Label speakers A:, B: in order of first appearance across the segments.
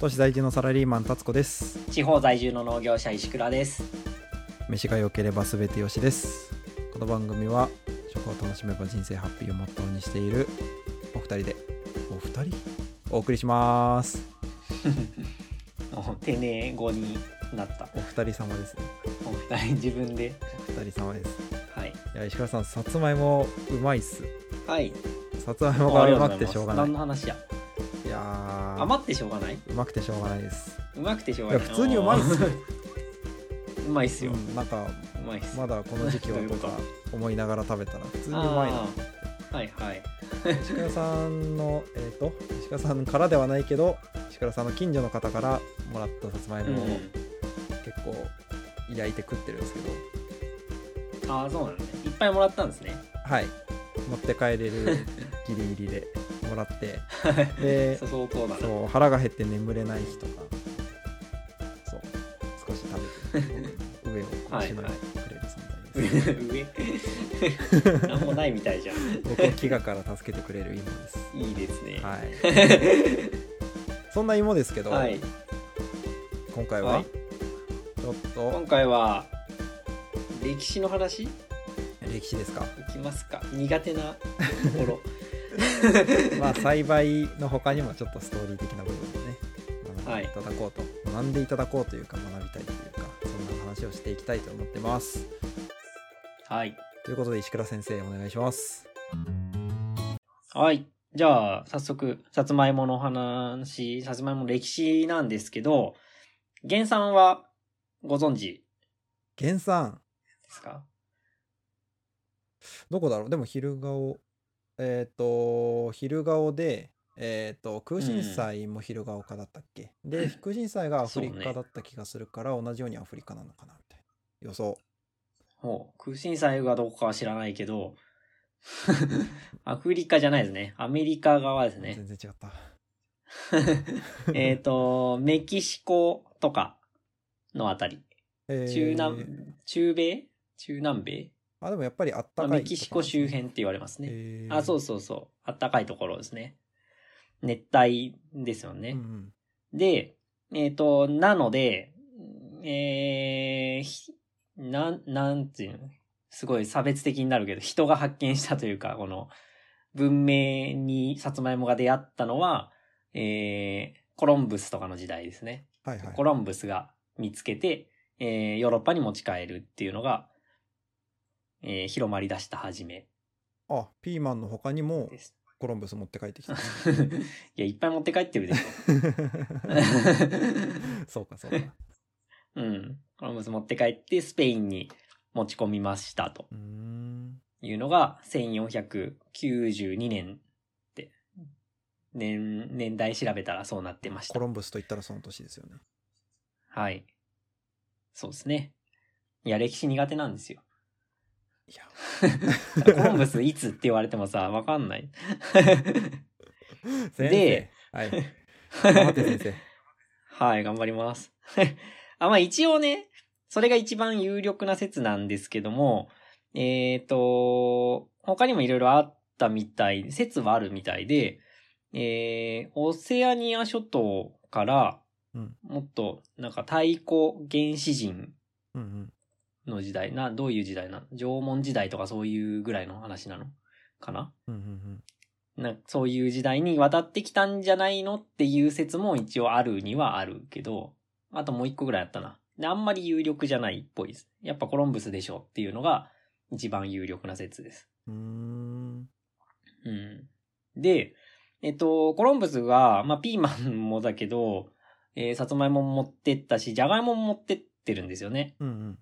A: 都市在住のサラリーマン達子です
B: 地方在住の農業者石倉です
A: 飯が良ければ全てよしですこの番組は食を楽しめば人生ハッピーをモットーにしているお二人でお二人お送りします
B: もう定年後になった
A: お二人様ですね
B: お二人自分で
A: お二人様です
B: はい
A: いや石川さんさつまいもうまいっす
B: はい
A: さつまいも
B: あ
A: が
B: り
A: う
B: が
A: ま
B: と
A: くて
B: うございます
A: しょうがない
B: 何の話や
A: いやー
B: 余ってしょうがないう
A: まくてしょうがないです
B: うまくてしょう
A: い
B: が
A: や
B: ない
A: 普通にうまいっすよ
B: あーうまいっすよ、
A: うんなんか
B: うまいっす
A: まだこの時期は
B: どういう
A: と
B: こと
A: か思いながら食べたら普通にうまいな
B: あーはいはい
A: 石倉さんのえっ、と石倉さんからではないけど石倉さんの近所の方からもらったさつまい
B: うん
A: もを結構焼いて食ってるんですけど、
B: ああそうなんだねいっぱいもらったんですね
A: はい持って帰れるギリギリでもらってで
B: そう相当だな
A: そう腹が減って眠れない日とかそう少し食べて僕の上をこう
B: はい
A: しのい
B: はい
A: でくれる存在です、
B: 上 なんもないみたいじゃん
A: 僕を飢餓から助けてくれる芋です
B: いいですね
A: はい そんな芋ですけど、
B: はい
A: 今回
B: は
A: はいちょっと
B: 今回は歴史の話い
A: 歴史ですか
B: きますか苦手なところ
A: まあ栽培の他にもちょっとストーリー的な部分をね学ん
B: はい
A: でいただこうと、学んでいただこうというか学びたいというかそんな話をしていきたいと思ってます
B: はい
A: ということで石倉先生お願いします
B: はいじゃあ早速さつまいもの話さつまいもの歴史なんですけど原産はご存知
A: 原産
B: ですか
A: どこだろうでも昼顔えっ、と昼顔でえっ、と空心菜も昼顔かだったっけ、で空心菜がアフリ
B: そう
A: カ
B: ね
A: だった気がするから、同じようにアフリカなのかなみたいな予想
B: ほう空心菜がどこかは知らないけどアフリカじゃないですねアメリカ側ですね
A: 全然違った
B: えっとメキシコとかのあたり
A: えー
B: 中南、中米中南米、
A: あでもやっぱりあった
B: まあ
A: かい
B: メキシコ周辺って言われますね。
A: ね
B: あ、そう
A: す
B: そうそう。あったかいところですね。熱帯ですよ
A: ね、
B: ね。
A: うんうん
B: で、えっ、と、なので、えーひ、なん、なんていうのすごい差別的になるけど、人が発見したというか、この、文明にさつまいもが出会ったのは、えーコロンブスとかの時代ですね。
A: はいはい
B: コロンブスが見つけて、えーヨーロッパに持ち帰るっていうのが、えー広まり出した初め
A: あピーマンの他にも
B: です。
A: コロンブス持って帰ってきた
B: いや、いっぱい持って帰ってるでしょ。
A: そうかそうか
B: うん。コロンブス持って帰って、スペインに持ち込みましたと
A: うーん
B: いうのが、1492年って、年、年代調べたらそうなってました
A: コ。ロンブスと言ったらその年ですよね
B: はい。そうですね。いや、歴史苦手なんですよ。
A: いや
B: コロンブスいつって言われてもさ、わか んない。
A: 先生
B: で
A: はい頑張って先生
B: はい、頑張ります。 あ、まあ一応ね、それが一番有力な説なんですけども、えっ、と、他にもいろいろあったみたい、説はあるみたいで、えー、オセアニア諸島から、
A: うん
B: もっと、なんか太古原始人
A: うんうん
B: の時代な、どういう時代なの縄文時代とかそういうぐらいの話なのかな
A: うんうん
B: なそういう時代に渡ってきたんじゃないのっていう説も一応あるにはあるけど、あともう一個ぐらいあったな。で、あんまり有力じゃないっぽいです。やっぱコロンブスでしょっていうのが一番有力な説です。
A: うんうーん
B: うん。で、えっと、コロンブスが、まあ、ピーマンもだけど、えー、さつまいもも持ってったし、じゃがいもも持ってってるんですよね。
A: うんうん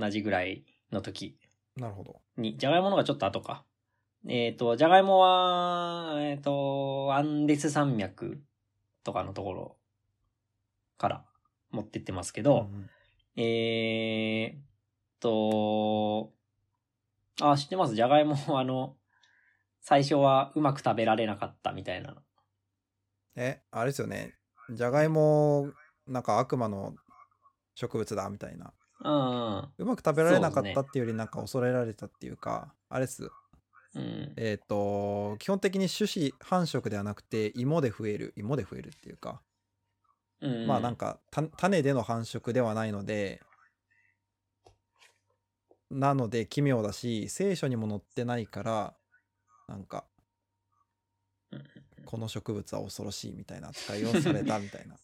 B: 同じぐらいの時。
A: なるほど
B: に、じゃがいものがちょっと後か。えっ、と、じゃがいもは、えっ、と、アンデス山脈とかのところから持ってってますけど、
A: うん
B: えーっと、あ、知ってますじゃがいも、あの、最初はうまく食べられなかったみたいなの。
A: えあれですよねじゃがいもなんか悪魔の植物だみたいな
B: うん
A: うまく食べられなかっ
B: そうで
A: た
B: す
A: っていうよりなんか恐れられたっていうかあれっす
B: うん、うん。
A: えっ、と基本的に種子繁殖ではなくて芋で増える芋で増えるっていうか
B: うん。
A: まあなんかた種での繁殖ではないのでなので奇妙だし聖書にも載ってないからなんか
B: うん
A: この植物は恐ろしいみたいな扱いをされたみたいな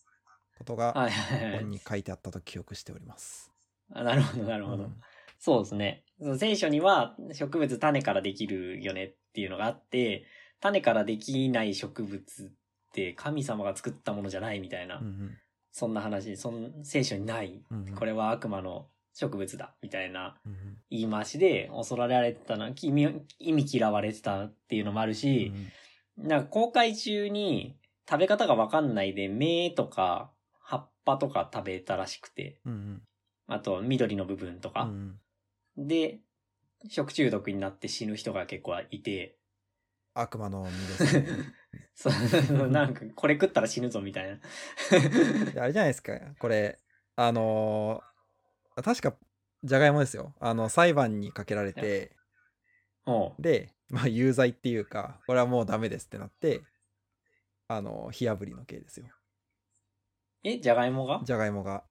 A: ことが
B: はいはいはい
A: 本。に書いてあったと記憶しております。
B: あなるほど、なるほど。
A: うん
B: そうですね。その聖書には植物種からできるよねっていうのがあって、種からできない植物って神様が作ったものじゃないみたいな、
A: うん
B: そんな話、そん聖書にない、
A: うんうん
B: これは悪魔の植物だみたいな
A: うんうん
B: 言い回しで恐れられてたの、意味意味嫌われてたっていうのもあるし、なんか公開中に食べ方がわかんないで芽とか葉っぱとか食べたらしくて、
A: うんうん
B: あと緑の部分とか、
A: うん
B: で、食中毒になって死ぬ人が結構いて、
A: 悪魔の実です ね。
B: そ なんか、これ食ったら死ぬぞみたいな。
A: であれじゃないですかこれあのー確かじゃがいもですよあの裁判にかけられて
B: も
A: で、 まあ、有罪っていうかこれはもうダメですってなってあの火炙りの刑ですよ
B: う、え、じゃがいもが
A: じゃがいもが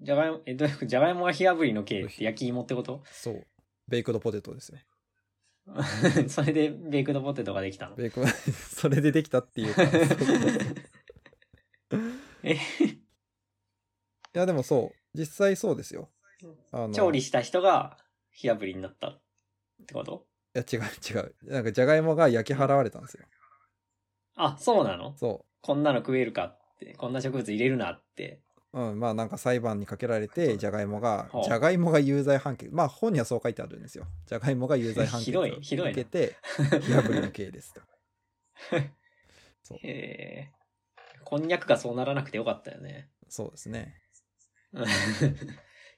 B: じゃがいも、え、どういうことじゃがいもが火炙りの刑って焼き芋ってこと
A: そうベイクドポテトですよ
B: それでベイクドポテトができたの。
A: ベイク それでできたっていうかそうそうそうい
B: え、
A: やでもそう実際そうですよあの
B: 調理
A: い
B: した人が火炙りになったってこと
A: や違う違うなんかじゃがいもが焼き払われたんですよ
B: あ、そうなの
A: そう
B: こんなの食えるかって、こんな植物入れるなって。
A: うん、まあなんか裁判にかけられてじゃがいもが
B: はあ
A: じゃがいもが有罪判決まあ本にはそう書いてあるんですよじゃがいもが有罪判
B: ひ
A: 決を
B: どいひどいな
A: 受けて火炙りの刑ですとそう
B: えー、こんにゃくがそうならなくてよかったよね。
A: そうですね
B: うん い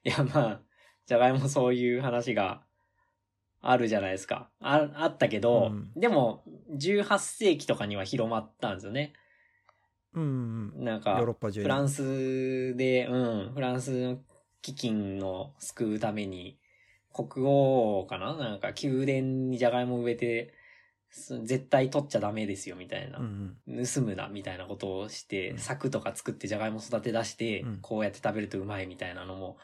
B: や、まあ、じゃがいもそういう話があるじゃないですか。ああったけど、
A: うん
B: でも、18世紀とかには広まったんですよね。
A: うんうん
B: なん
A: ヨ
B: か
A: ーロ、ッパ中
B: フランスで、うん、フランスの飢饉を救うために、国王かななんか宮殿にじゃがいも植えて、す絶対取っちゃダメですよ、みたいな。
A: うんうん
B: 盗むなみたいなことをして、
A: うん
B: 柵とか作ってじゃがいも育て出して、
A: うん
B: こうやって食べるとうまいみたいなのも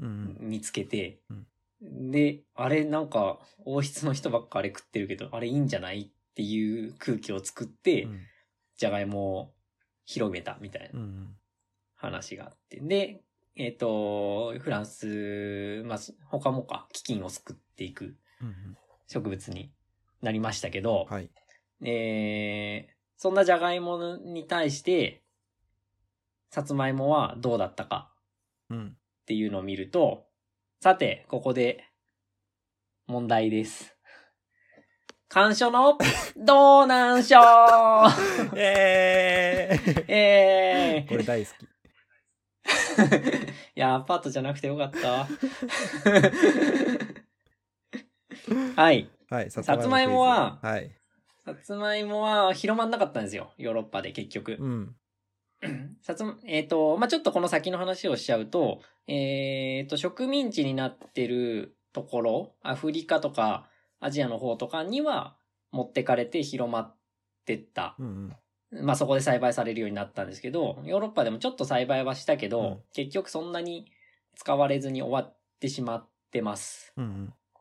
A: うんうん
B: 見つけて、
A: うん
B: で、あれなんか王室の人ばっかあれ食ってるけど、あれいいんじゃないっていう空気を作って、
A: うん
B: じゃがいもを広めたみたい
A: うんう
B: なん話があって。で、えっ、と、フランス、まあ、他もか、飢饉を救っていく
A: うんうん
B: 植物になりましたけど、
A: はい
B: えー、そんなじゃがいもに対して、さつまいもはどうだったか
A: うん
B: っていうのを見ると、さて、ここで、問題です。鑑賞 の、どうなんしょう
A: え
B: え
A: これ大好き
B: ー、いや、アパートじゃなくてよかった。 はい。
A: はいさ
B: さつまいもは
A: クイズはい
B: さつまいもは広まんなかったんですよ。ヨーロッパで結局。
A: うん
B: さつま、えっ、と、まあ、ちょっとこの先の話をしちゃうと、えっ、と、植民地になってるところ、アフリカとかアジアの方とかには持ってかれて広まってった。
A: うんうん
B: まあ、そこで栽培されるようになったんですけど、ヨーロッパでもちょっと栽培はしたけど、
A: うん
B: 結局そんなに使われずに終わってしまってます。
A: うん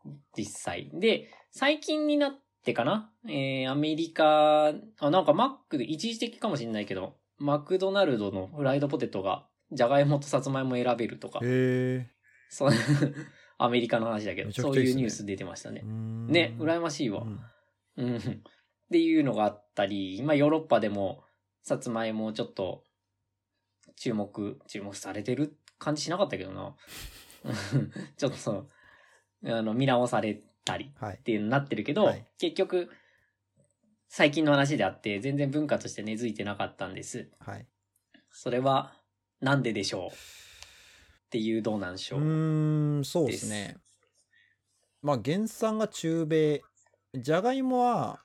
A: うん
B: 実際。で、最近になってかなえー、アメリカ、あ、なんかマックで一時的かもしれないけど、マクドナルドのフライドポテトが、じゃがいもとさつまいも選べるとか、
A: へ
B: そう アメリカの話だけど、
A: めちゃ
B: そ
A: く
B: う
A: ちゃいいっすね
B: いうニュース出てました
A: え
B: ね。ね
A: ね、
B: 羨ましい
A: ま
B: わ。
A: うん
B: うん。っていうのがあったり、まあヨーロッパでも、さつまいもちょっと、注目、注目されてる感じしなかったけどな。 うんちょっとそう、あの、見直されたり
A: はい
B: っていうのになってるけど、
A: はい
B: 結局、最近の話であって、全然文化として根付いてなかったんです。
A: はい
B: それは、なんででしょうっていうどうなんでし
A: う
B: ょう。
A: ーんそうですねまあ原産が中米じゃがいもは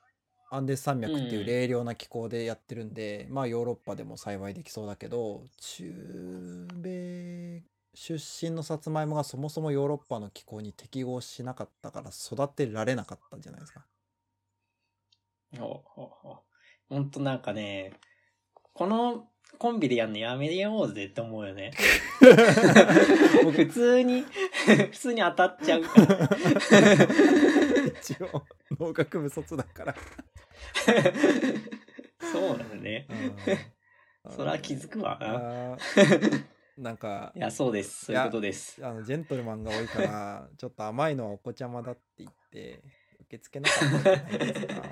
A: アンデス山脈っていううん冷涼な気候でやってるんで、まあヨーロッパでも栽培できそうだけど中米出身のさつまいもがそもそもヨーロッパの気候に適合しなかったから育てられなかったんじゃないですか。
B: ほうほうほうほんとなんかね、このコンビでやんのやめようぜって思うよ ね。
A: 僕
B: 普通に、 普通に当たっちゃうから。
A: 一応農学部卒だから、
B: そうだよね。
A: うん
B: そら気づくわな。
A: あーなんか
B: いや、そうです。そういうことです。
A: あのジェントルマンが多いから ちょっと甘いのはお子ちゃまだって言って受け付けなかったじゃないですか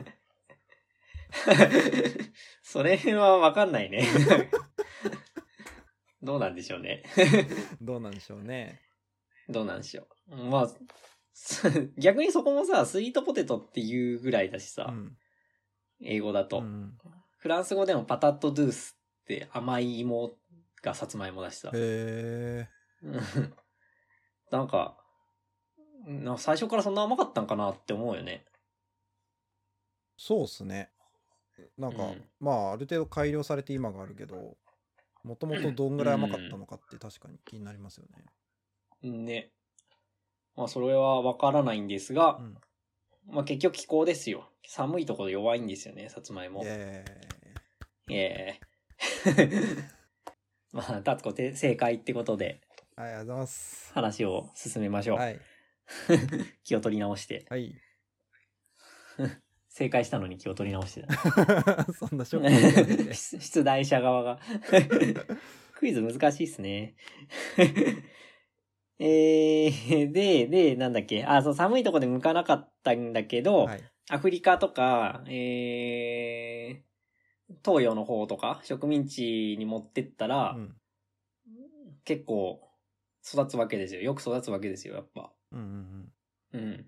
B: それはわかんないね。 どうなんでしょうね。
A: どうなんでしょうね
B: どうなんでしょう。まあ、す逆にそこもさ、スイートポテトっていうぐらいだしさ、
A: うん
B: 英語だと、
A: うん
B: フランス語でもパタットドゥースって甘い芋がさつまいもだしさ。
A: へえ
B: うん なんか、な最初からそんな甘かったんかなって思うよね。
A: そうっすねなんか、
B: うん
A: まあある程度改良されて今があるけどもともとどんぐらい甘かったのかって確かに気になりますよね、
B: ね。まあそれはわからないんですが
A: う、ん、
B: まあ結局気候ですよ。寒いところ弱いんですよね、さつまいも。
A: え
B: ええ まあ、タツコて正解ってことで
A: ー、はいありがとうございます
B: 話を進めましょう。
A: はい
B: 気を取り直して。
A: はい
B: 正解したのに気を取り直して た。
A: そんなショックじゃ ないんで
B: 出出題者側が。 クイズ難しいっすね。 えー、で、で、なんだっけ。あ、そう、寒いとこで向かなかったんだけど、
A: はい
B: アフリカとか、えー、東洋の方とか、植民地に持ってったら、
A: うん
B: 結構育つわけですよ。よく育つわけですよ、やっぱ。
A: うんうん
B: うん。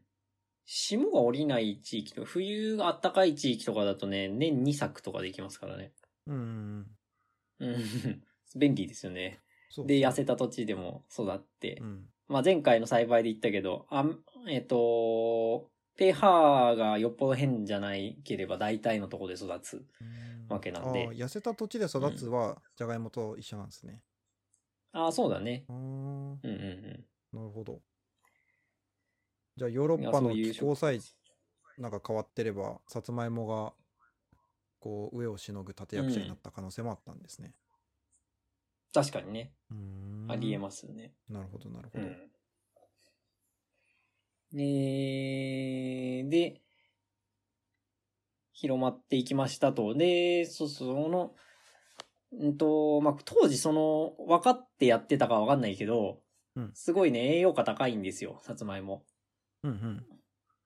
B: 霜が降りない地域とか、冬が暖かい地域とかだとね、年2作とかできますからね。
A: うんうんうん
B: うん。便利ですよね。
A: そう
B: で、痩
A: 安
B: せた土地でも育って
A: う。ん
B: まあ前回の栽培で言ったけど、あんえっ、と、pH がよっぽど変じゃないければ大体のとこで育つ。
A: うん
B: わけなんで
A: あー痩せた土地で育つはじゃがいもと一緒なんですね。
B: ああ、そうだね。
A: うーん、
B: うんうんうん。
A: なるほど。じゃあヨーロッパの
B: いやそういう
A: 気候さえなんか変わってればさつまいもがこう上をしのぐ立役者になった可能性もあったんですね。
B: 確かにね。
A: うーん
B: ありえますよね。
A: なるほどなるほ
B: う
A: ど。
B: ん。えー、で、広まっていきましたと。で、そうそう、その、うんと、まあ、当時その、分かってやってたか分かんないけど、
A: うん
B: すごいね、栄養価高いんですよ、さつまいも。
A: うんうん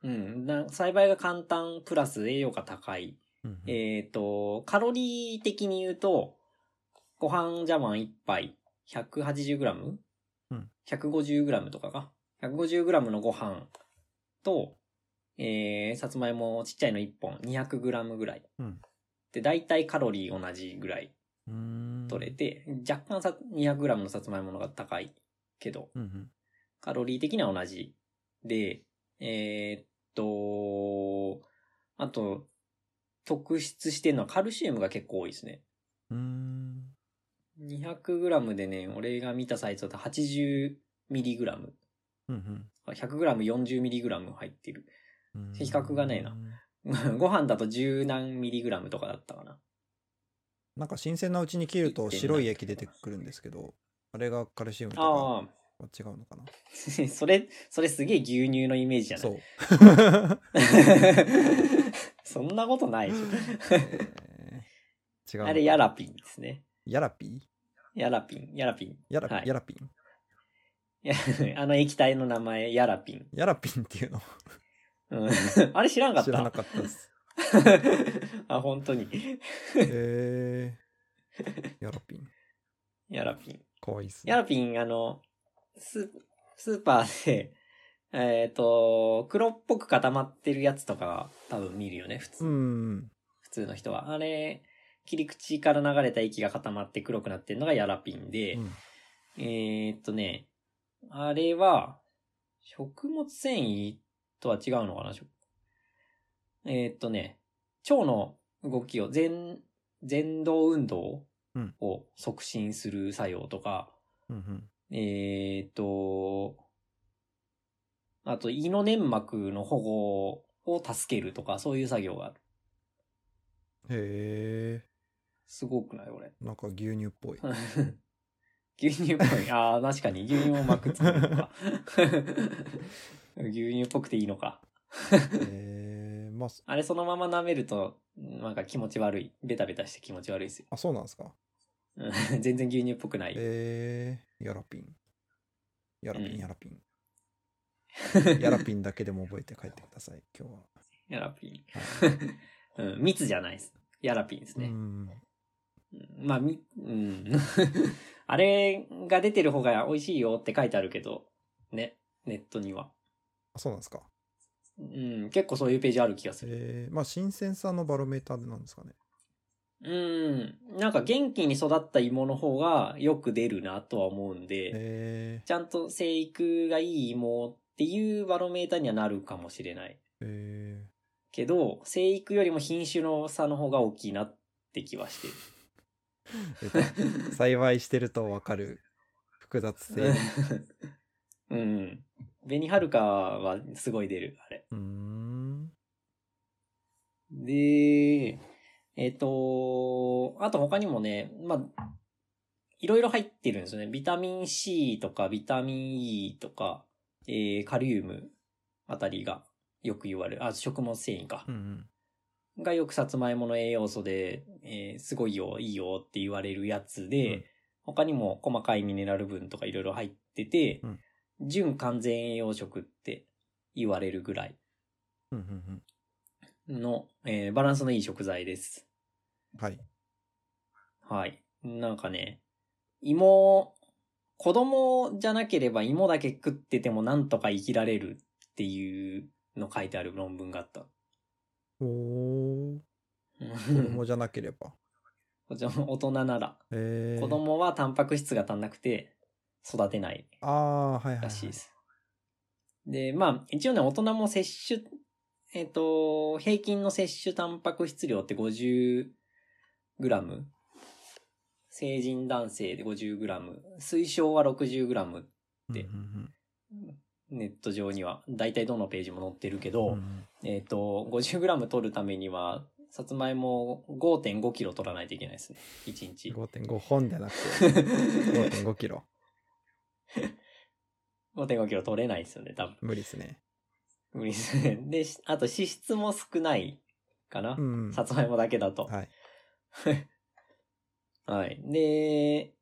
B: うん。な栽培が簡単、プラス栄養価高い。
A: うんうん
B: えっ、と、カロリー的に言うと、ご飯ジャマン1杯 180g?
A: うん。
B: 150g とかか。150g のご飯と、えー、さつまいもちっちゃいの1本 200g ぐらい。
A: うん
B: で、大体カロリー同じぐらいう
A: ーん
B: 取れて、若干さ 200g のさつまいものが高いけど、
A: うんうん
B: カロリー的には同じ。で、えーっと、あと、特筆してるのはカルシウムが結構多いですね。
A: うーん
B: 200g でね、俺が見たサイズだと 80mg。
A: うんうん
B: あ 100g40mg 入ってる。
A: うーん
B: 比較がねえなご飯だと10何 mg とかだったかな。
A: なんか新鮮なうちに切ると白い液出てくるんですけどあれがカルシウムとかは
B: ああ、
A: 違うのかな
B: それ、それすげえ牛乳のイメージじゃな
A: そ
B: いう そんなことないでし
A: えー違う
B: ょ。
A: の
B: あれ、ヤラピンですね。
A: ヤラピー
B: ヤラピン、ヤラピン。
A: ヤラ,、
B: はい
A: ヤラピン
B: いやあの液体の名前、ヤラピン。
A: ヤラピンっていうの
B: うん あれ知らんかった。
A: 知らなかった です。
B: あ、本当に。
A: へえー。ヤラピン。
B: ヤラピン。
A: かわいいっすね。
B: ヤラピン、あの、ススーパーで、 えっ、と、黒っぽく固まってるやつとか多分見るよね、普通,、
A: うん。
B: 普通の人は。あれ、切り口から流れた液が固まって黒くなってるのがヤラピンで、
A: うん
B: えーっとね、あれは、食物繊維とは違うのかな食えーっとね、腸の動きを、全、全動運動
A: うん
B: を促進する作用とか、
A: うんうん。
B: えーっと、あと胃の粘膜の保護を助けるとか、そういう作業がある。
A: へえ
B: すごくない俺。
A: なんか牛乳っぽい。
B: 牛乳っぽい。ああ、確かに牛乳を巻く作るのか。 牛乳っぽくていいのか。
A: えー、まあ、そ
B: あれそのまま舐めると、なんか気持ち悪い。ベタベタして気持ち悪いですよ。
A: あ、そうなんですか。
B: うん 全然牛乳っぽくない。
A: えー、やらぴん。やらぴ
B: うん
A: ん、やらぴん。 やらぴんだけでも覚えて帰ってください、今日は。
B: ヤラピン。 うん、蜜じゃないです。ヤラピンです
A: う
B: ね。
A: ん。
B: まあ、み、うん。 あれが出てる方が美味しいよって書いてあるけど、ね、ネットには。
A: あ、そうなんですか。
B: うん、結構そういうページある気がする。
A: えー、まあ、新鮮さのバロメーターなんですかね。
B: うん、なんか元気に育った芋の方がよく出るなとは思うんで、
A: え
B: ちゃんと生育がいい芋っていうバロメーターにはなるかもしれない。
A: ー、え
B: けど、生育よりも品種の差の方が大きいなって気はしてる。
A: ーえっ と栽培してるとわかる複雑性。
B: うんうん。紅はるかはすごい出る、あれ。
A: うーん。
B: で、えっ、と、あと他にもね、まあ、いろいろ入ってるんですよね。ビタミン C とかビタミン E とか、えーカリウムあたりがよく言われる。あ、食物繊維か
A: う。ん
B: がよくさつまいもの栄養素で、えーすごいよ、いいよって言われるやつで、
A: うん
B: 他にも細かいミネラル分とかいろいろ入ってて、
A: うん
B: 純完全栄養食って言われるぐらい
A: うん。うんうん
B: の、えーバランスのいい食材です。
A: うん。はい。
B: はい。なんかね、芋、子供じゃなければ芋だけ食っててもなんとか生きられるっていうの書いてある論文が あった。
A: おー。子供じゃなければ。
B: こちらも大人なら。
A: えー、
B: 子供はタンパク質が足んなくて育てない
A: ああ、はいはい、はい。
B: らしいです。で、まあ、一応ね、大人も摂取、えっ、と、平均の摂取タンパク質量って50グラム。成人男性で50グラム。推奨は60グラム。
A: うん
B: て
A: うん
B: ネット上には、だいたいどのページも載ってるけ
A: う
B: ど、
A: んうん
B: えっ、と、50グラム取るためには、さつまいも5.5キロ取らないといけないですね。1日。
A: 5.5本じゃなくて5.5キロ
B: 5.5キロ取れないですよね、多分。
A: 無理ですね
B: 無理ですね。で、しあと脂質も少ないかな
A: う。ん
B: さつまいもだけだと。
A: はい
B: はい。で、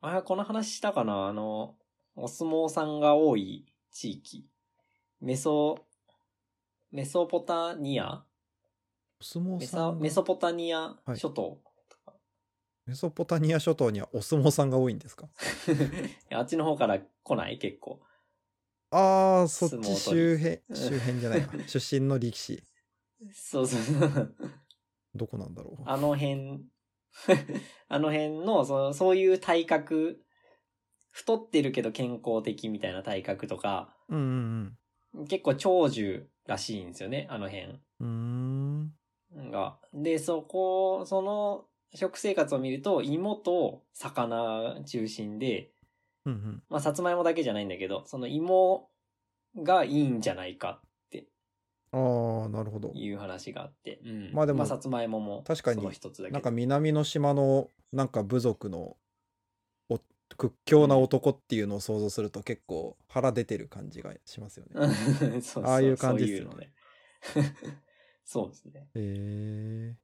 B: あ、この話したかなあの、お相撲さんが多い地域。メソ、メソポタニア
A: お相撲
B: メ
A: さ
B: ソ
A: んが
B: メソポタニア
A: はい
B: 諸島、
A: メソポタニア諸島にはお相撲さんが多いんですか
B: あっちの方から来ない結構。
A: ああそっ
B: 相撲
A: ち
B: 取り
A: 周辺
B: うん
A: 周辺じゃない わ出身の力士
B: そうそうそう。
A: どこなんだろう
B: あの辺、 あの辺のその、そういう体格、太ってるけど健康的みたいな体格とか、
A: うんうん
B: 結構長寿らしいんですよね、あの辺
A: うんうーん
B: が。で、そこ、その食生活を見ると、芋と魚中心で、
A: うんうん
B: まあ、さつまいもだけじゃないんだけど、その芋がいいんじゃないか
A: ああなるほど
B: いう話があって。うん、
A: まあでも
B: さつまいもも、
A: 確かに
B: その一つだけど。
A: なんか南の島のなんか部族のお屈強な男っていうのを想像すると結構腹出てる感じがしますよね
B: うん そうそう
A: ああいう感じっす
B: そうい
A: よ
B: うの
A: ね
B: ね。 そうですね。
A: へえ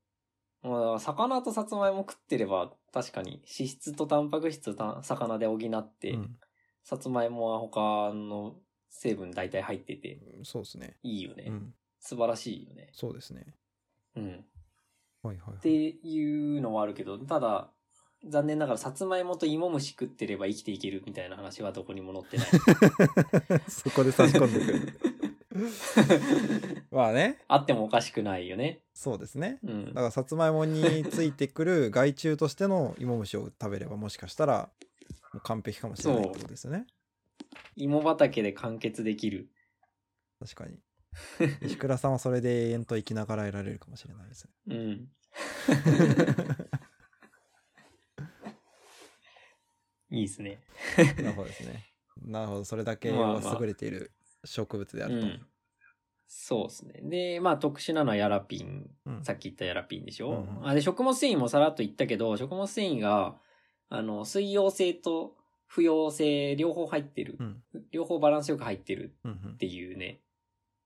B: まあ、魚とさつまいも食ってれば、確かに脂質とタンパク質をた魚で補って、
A: ーうん、
B: さつまいもは他の成分大体入ってて、
A: そうですね
B: いいよね、
A: うん
B: 素晴らしいよね。
A: そうですね
B: うん。
A: はいはい、はい、
B: っていうのはあるけど、ただ、残念ながら、さつまいもと芋虫食ってれば生きていけるみたいな話はどこにも 載ってない。
A: そこで差し込 んでくる。まあね、
B: あってもおかしくないよね。
A: そうですね。
B: うん
A: だか。らさつまいもについてくる害虫としての芋虫を食べればもしかしたらもう完璧かもしれないっ
B: そう
A: てことですよね。
B: 芋畑で完結できる。
A: 確かに。石倉さんはそれで永遠と生きながら得られるかもしれないですね。
B: うん。いいですね。
A: なるほどですね。なるほど、それだけ
B: まあま
A: は
B: あ
A: 優れている植物であ
B: う
A: ると。
B: ん。そうですね。で、まあ特殊なのはヤラピン。
A: うん
B: さっき言ったヤラピンでしょ、
A: うんうん
B: あで、食物繊維もさらっと言ったけど、食物繊維が、あの、水溶性と不溶性両方入ってる。
A: うん
B: 両方バランスよく入ってる
A: うん
B: っていうね、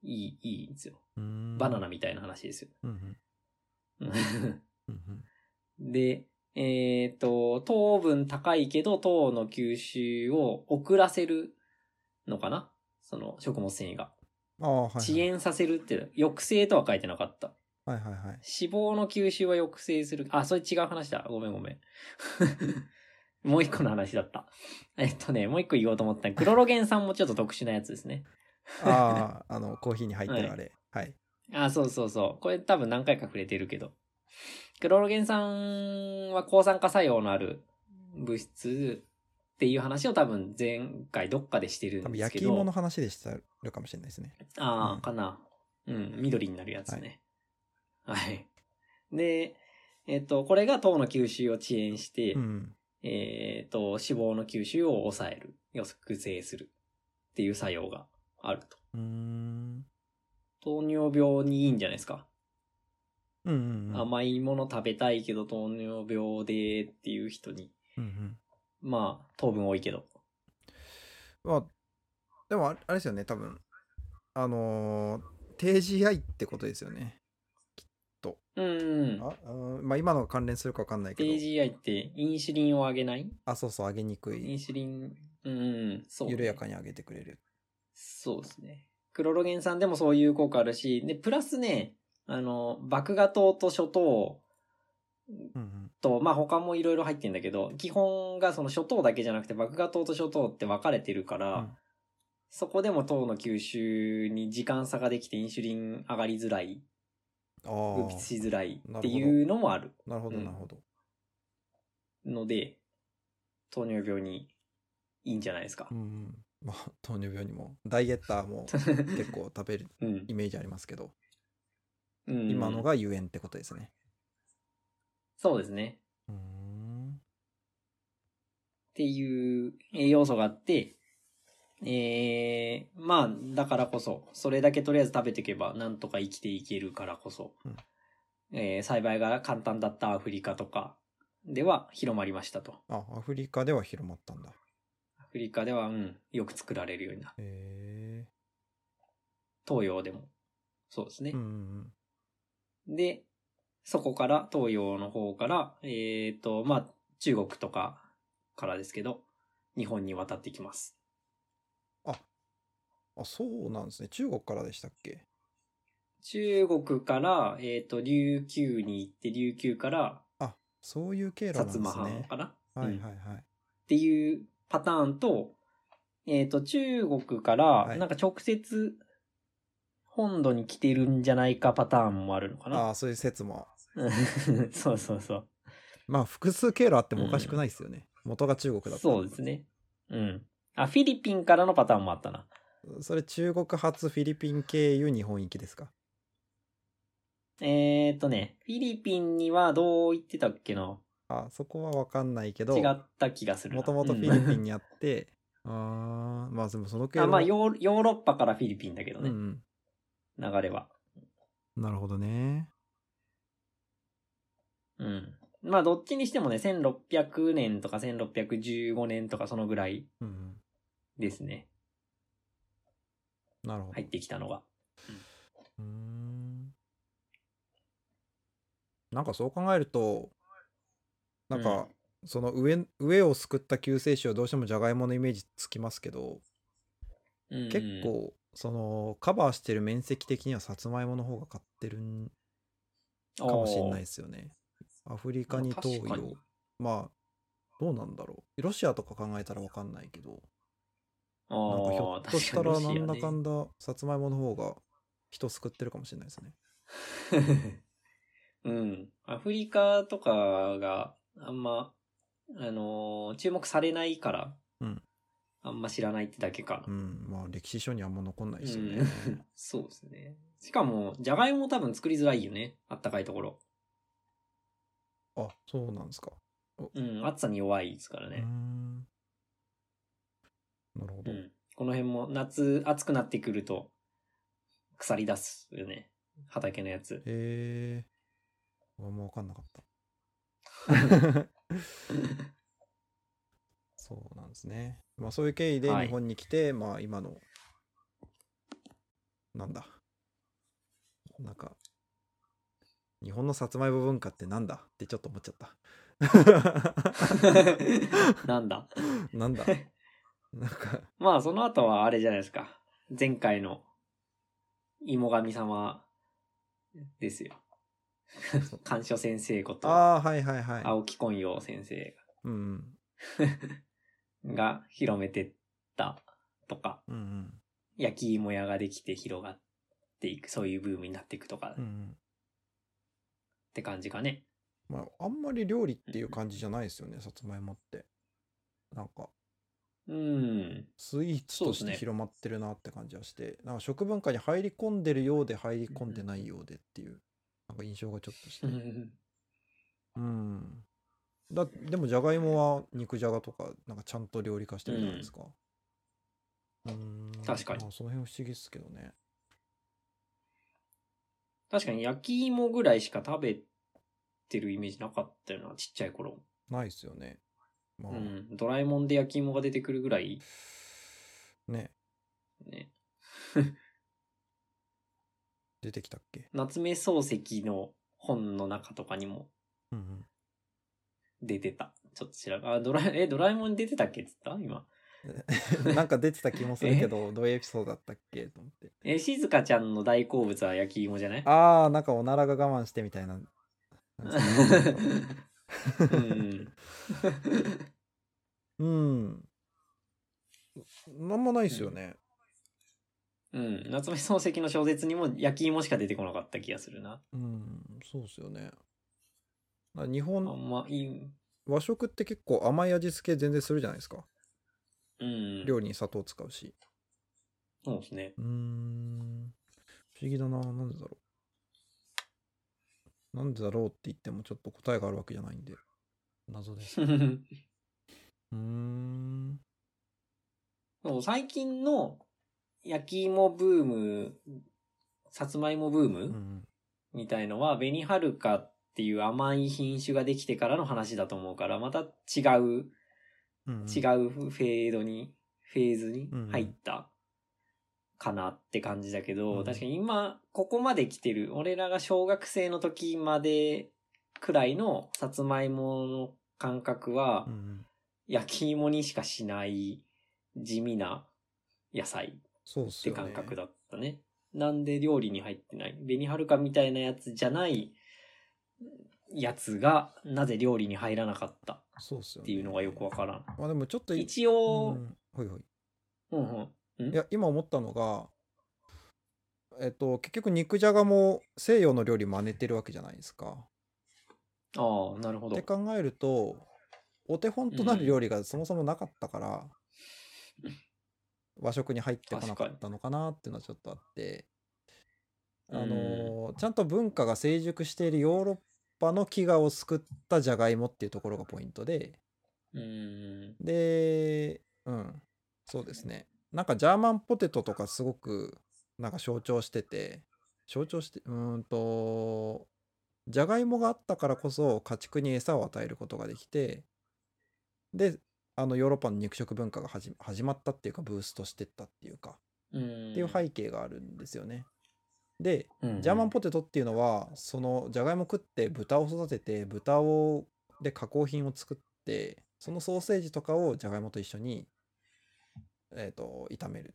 B: いい、いいんですよ。
A: うん
B: バナナみたいな話ですよ。
A: うんうんうんうん
B: で、えっ、と、糖分高いけど糖の吸収を遅らせるのかなその食物繊維が。
A: ああはいはい
B: 遅延させるって、抑制とは書いてなかった。
A: はいはいはい
B: 脂肪の吸収は抑制する。あ、それ違う話だ。ごめんごめん。 もう一個の話だった。えっとね、もう一個言おうと思った。クロロゲン酸もちょっと特殊なやつですね。
A: あああのコーヒーに入ってるあれはい
B: あ、そうそうそう。これ多分何回か触れてるけど。クロロゲン酸は抗酸化作用のある物質っていう話を多分前回どっかでして
A: 多
B: るん
A: 分
B: です
A: 焼
B: け
A: き
B: ど。
A: 芋の話でしたるかもしれないですね
B: ああ、
A: うん
B: かな。うん、緑になるやつね。はい。で、えっと、これが糖の吸収を遅延して、
A: うん
B: えっと、脂肪の吸収を抑える、抑制するっていう作用があると。
A: うーん
B: 糖尿病にいいんじゃないですか。
A: うんうんうん
B: 甘いもの食べたいけど糖尿病でっていう人に。
A: うんうん
B: まあ、糖分多いけど。
A: まあ、でもあれあれですよね、多分あのー低 GI ってことですよね。
B: うんうん。
A: あうんまあ、今の関連するか分かんないけど、
B: AGI ってインシュリンを上げない
A: あ、そうそう、上げにく
B: イン
A: い、
B: シュリン、うんうん、そう、
A: 緩やかに上げてくれる。
B: そうですね。クロロゲン酸でもそういう効果あるし、で、プラスね、あの、麦芽糖と諸糖
A: うんうん
B: と、まあ他もいろいろ入ってんだけど、基本がその諸糖だけじゃなくて麦芽糖と諸糖って分かれてるから、
A: うん
B: そこでも糖の吸収に時間差ができてインシュリン上がりづらい、
A: あ
B: 分泌し
A: あ、
B: づらいっていうのもある
A: なるほど、
B: うん
A: なるほど。
B: ので、糖尿病にいいんじゃないですか
A: う。んうんまあ、糖尿病にも、ダイエッター も結構食べる
B: うん
A: イ。メージありますけど、
B: うん
A: 今のが有縁ってことですね。
B: そうですね。
A: うーん
B: っていう栄養素があって、えー、まあ、だからこそ、それだけとりあえず食べていけば、なんとか生きていけるからこそ、
A: うん
B: えー栽培が簡単だったアフリカとかでは広まりましたと。
A: あ、アフリカでは広まったんだ。
B: アフリカでは、うん、よく作られるようになる。
A: へ
B: 東洋でも。そうですね
A: え。うんうん
B: で、そこから、東洋の方から、えーと、まあ、中国とかからですけど、日本に渡ってきます。
A: うん。あ、そうなんですね。中国からでしたっけ
B: 中国から、えっ、と、琉球に行って、琉球から、
A: そういう経路なん
B: 薩
A: です
B: 摩藩
A: ね。
B: かな、
A: はいはい
B: うん
A: は
B: っ
A: い。
B: ていうパターンと、えっ、と、中国か
A: は
B: ら、
A: い
B: なんか直接、本土に来てるんじゃないかパターンもあるのか
A: あ
B: な
A: あ、そういう説も。
B: そうそうそう。
A: まあ、複数経路あってもおかしくないですよね。元が中国だった
B: そうですね。うん。あ、フィリピンからのパターンもあったな。
A: それ中国発フィリピン経由日本行きですか
B: えっ、とね、フィリピンにはどう行ってたっけな
A: あそこは分かんないけど
B: 違った気がするな。
A: もともとフィリピ
B: ン。
A: ンにあって、ああまあでもその経路
B: あ、まあ
A: も
B: ヨー、ヨーロッパからフィリピンだけど
A: う
B: ね、
A: ん
B: 流れは。
A: うん、なるほどね
B: うん。まあ、どっちにしてもね、1600年とか1615年とかそのぐらい
A: うんうん
B: ですね。
A: なるほど、
B: 入ってきたのが。
A: うーんなんかそう考えるとなんか、その上上をすくった救世主はどうしてもじゃがいものイメージつきますけど、
B: うん、うん
A: 結。構そのカバーしてる面積的にはさつまいもの方が勝ってるん
B: か
A: かもしれないですよねアフリカに
B: まあ
A: 東
B: 確か
A: 洋
B: に
A: まあどうなんだろうロシアとか考えたら分かんないけど
B: な
A: なんかひょっとしたらなんだか
B: だ。
A: んださつまいもの方が人救ってるかもしれないですね
B: うん。アフリカとかがあんま、あのー注目されないから、
A: うん
B: あんま知らないってだけか
A: う。
B: な
A: んまあ歴史書にあんま残んないですよね、
B: うん、そうですね。しかも、じゃがいも多分作りづらいよね。あったかいところ。
A: あそうなんですか
B: うん、暑さに弱いですから
A: う
B: ね。
A: ーんなるほ
B: う
A: ど、
B: ん、この辺も夏暑くなってくると腐り出すよね。畑のや つ。
A: へえ。俺も分かんなかっ た。そうなんですね。まあそういう経緯で
B: はい
A: 日本に来て、まあ今の、なんだ。なんか、日本のさつまいも文化ってなんだってちょっと思っちゃ った。
B: なんだ。
A: なん だなんか、
B: まあ、その後はあれじゃないですか。前回の芋神様ですよ。鑑賞先生こと、
A: ああ、はいはいはい。
B: 青木昆陽先生
A: うんうん。
B: が広めてったとか、
A: うんうん。
B: 焼き芋屋ができて広がっていく、そういうブームになっていくとか
A: うんう
B: っ
A: ん
B: て感じかね。
A: まあ、あんまり料理っていう感じじゃないですよね、さつまいもって。なんか、
B: うん。
A: スイーツ
B: そ
A: と
B: うで
A: し
B: すね
A: て広まってるなって感じはして、なんか食文化に入り込んでるようで入り込んでないようでっていう、なんか印象がちょっとして。うん。だでも、じゃがいもは肉じゃがとか、なんかちゃんと料理化してるじゃないですか。うーん、
B: 確かに
A: まあその辺不思議ですけどね。
B: 確かに焼き芋ぐらいしか食べてるイメージなかったよな、ちっちゃい頃。
A: ないですよね。まあ、
B: うん。ドラえもんで焼き芋が出てくるぐらい
A: ね、
B: ね。
A: 出てきたっけ。
B: 夏目漱石の本の中とかにも
A: うんうん。
B: 出てた。ちょっと知らん。あ、ドラえ、え、ドラえもんに出てたっけっつった今。
A: なんか出てた気もするけど、どういうエピソードだったっけと思って。
B: え、静香ちゃんの大好物は焼き芋じゃない
A: ああ、なんかおならが我慢してみたいな。
B: うん。
A: うん。なんもないですよね。
B: うん。夏目漱石の小説にも焼き芋しか出てこなかった気がするな。
A: うん、そうですよね。だから日
B: あ
A: 本、
B: んま、いい。
A: 和食って結構甘い味付け全然するじゃないですか。
B: うん。
A: 料理に砂糖使うし。
B: そうですね。
A: うーん。不思議だな。なんでだろう。なんでだろうって言ってもちょっと答えがあるわけじゃないんで。謎です。うーん。
B: そう最近の焼き芋ブーム、さつまいもブーム、
A: うん。
B: みたいのは、紅はるかっていう甘い品種ができてからの話だと思うから、また違う、
A: うんうん
B: 違うフェードに、フェーズに入ったかなって感じだけど、
A: うん
B: 確かに今、ここまで来てる、俺らが小学生の時までくらいのさつまいもの感覚は、
A: うんうん。
B: 焼き芋にしかしない地味な野菜
A: そうっ
B: っ
A: す
B: て
A: よね。
B: 感覚だったね。なんで料理に入ってない。紅はるかみたいなやつじゃないやつがなぜ料理に入らなかった
A: そうっすよね。
B: っていうのがよくわからん。
A: まあでもちょっとい
B: 一
A: う
B: 応、
A: ん、はいはい。
B: うんうん。
A: いや今思ったのがえっと結局肉じゃがも西洋の料理真似てるわけじゃないですか。
B: ああ、なるほ
A: って
B: ど。
A: 考えるとお手本となる料理がそもそもなかったから、和食に入ってこなかったのかなっていうのはちょっとあってあのーちゃんと文化が成熟しているヨーロッパの飢餓を救ったじゃがいもっていうところがポイントで。
B: うん。
A: で、うん、そうですね。なんかジャーマンポテトとかすごくなんか象徴してて、象徴して、うーんと、じゃがいもがあったからこそ家畜に餌を与えることができて、で、あのヨーロッパの肉食文化が始始まったっていうか、ブーストしてったっていうか、
B: うん。
A: っていう背景があるんですよね。で、
B: うん。
A: ジャーマンポテトっていうのはそのじゃがいも食って豚を育てて豚をで加工品を作ってそのソーセージとかをじゃがいもと一緒に、えー、と炒める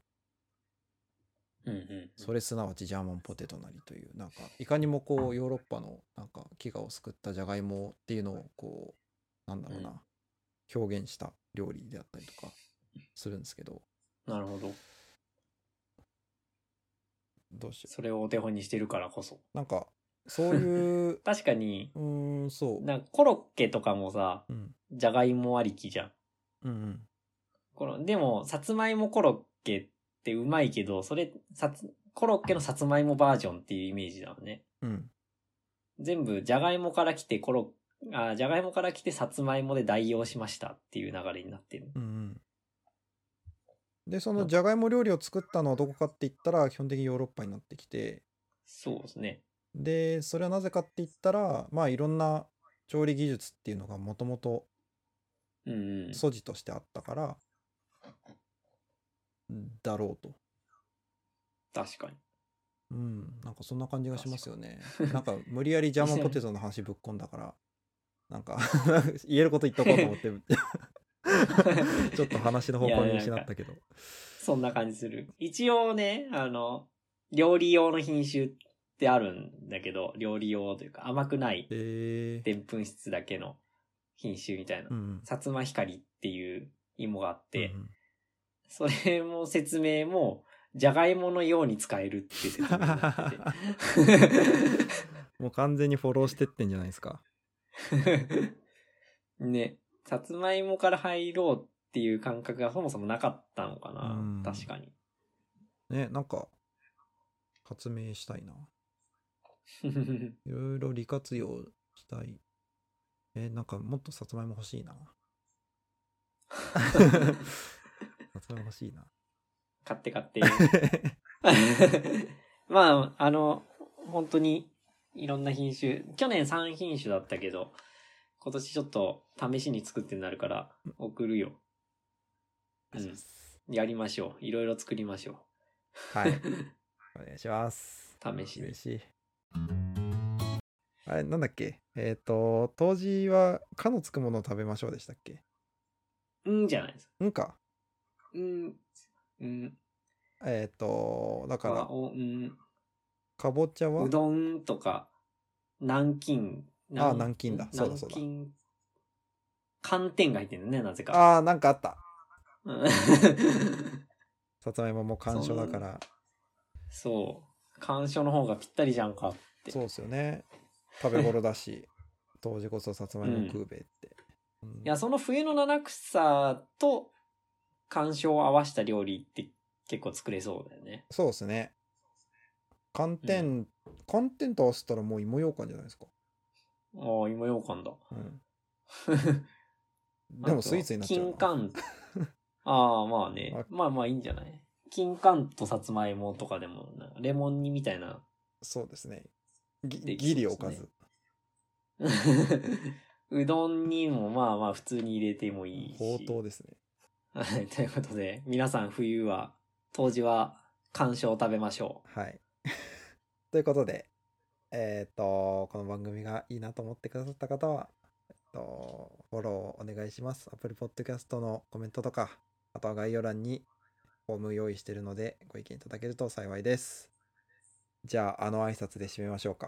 B: うんうん。
A: それすなわちジャーマンポテトなりというなんかいかにもこうヨーロッパのなんか飢餓を救ったじゃがいもっていうのをこうなんだろう
B: うん
A: な表現した料理であったりとかするんですけど
B: なるほど。
A: どうしよ
B: それをお手本にしてるからこそ。
A: うなんかそういう
B: 確かに、
A: うーんそう
B: なんかコロッケとかもさ、
A: うん
B: じゃがいもありきじゃん。
A: うんうん
B: この、でも、さつまいもコロッケってうまいけど、それ、さつ、コロッケのさつまいもバージョンっていうイメージなのね。
A: うん
B: 全部、じゃがいもから来てコロッ、あ、じゃがいもから来てさつまいもで代用しましたっていう流れになってる。
A: うんうんでそのじゃがいも料理を作ったのはどこかって言ったら基本的にヨーロッパになってきて
B: そうですね。
A: でそれはなぜかって言ったらまあいろんな調理技術っていうのがもともと
B: うんうん。
A: 素地としてあったからだろうと。
B: 確かに。
A: うん、なんかそんな感じがしますよね
B: 確か。に
A: なんか無理やりジャーマンポテトの話ぶっこんだから、なんか 言えること言っとこうと思って、 ちょっと話の方向に失ったけど。
B: そんな感じする。一応ね、あの、料理用の品種ってあるんだけど、料理用というか甘くない
A: えー、
B: でんぷん質だけの品種みたいな
A: う。ん。
B: 薩摩光っていう芋があって、
A: うんうん
B: それも説明も、じゃがいものように使えるっていう説明になって て。
A: もう完全にフォローしてってんじゃないですか。
B: ね、さつまいもから入ろうっていう感覚がそもそもなかったのかな。
A: うん
B: 確か に。
A: ね、なんか発明したいな。いろいろ利活用したい。えーなんかもっとさつまいも欲しい な。さつまいも欲しいな。
B: 買って 買って。まあ、あの、本当にいろんな品種、去年3品種だったけど、今年ちょっと試しに作ってなるから送るよ。
A: お願いします
B: やりましょう。いろいろ作りましょ
A: はい。お願いします。
B: う。試しに
A: 嬉。しい。あれ、なんだっけえっ、と、当時は、かのつくものを食べましょうでしたっけ
B: うんじゃないですか。
A: うんか。
B: うん。うん。
A: えっ、と、だから
B: か、おうん。
A: かぼちゃは
B: うどんとか、南京。
A: ああ南京だそうだそうだ
B: 南京。寒天が入ってるね、なぜか。
A: ああ、なんかあった。
B: うん
A: さつまいもも干渉だから、
B: そう。干渉の方がぴったりじゃんか。う
A: そうっすよね。食べ頃だ し、当時こそさつまいも食うべって。うん
B: いや、その冬の七草と干渉を合わせた料理って結構作れそうだよね。
A: そうですね。寒天、寒天と合わせたらもう芋ようかんじゃないですか。
B: ああ、芋ようかんだ。
A: うん。 でもスイーツになっちゃう
B: 金
A: な。
B: 柑。ああ、まあね
A: あ。
B: まあまあいいんじゃない金柑とさつまいもとかでも、なんかレモン煮みたいな。
A: そうですね。ぎ
B: でき
A: ギリ
B: そう
A: お
B: ですね
A: かず。
B: うどんにもまあまあ普通に入れてもいいし。
A: ほうとうですね。
B: はい、ということで、皆さん冬は、当時は、干渉を食べましょ
A: はい。 ということで、えっ、と、この番組がいいなと思ってくださった方は、えっと、フォローお願いします。Apple Podcast のコメントとか、あとは概要欄にフォーム用意してるので、ご意見いただけると幸いです。じゃあ、あの挨拶で締めましょうか。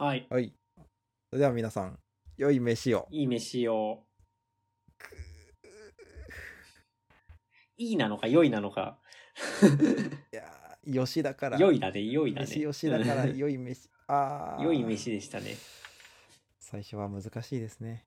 B: う。はい。
A: はい。それでは皆さん、良い飯を。
B: いい飯を。いいなのか、良いなのか。
A: いやー、よしだから。
B: 良いだね、良いだね。
A: 飯よし だから、良い飯。あー
B: 良い飯でしたね。
A: 最初は難しいですね。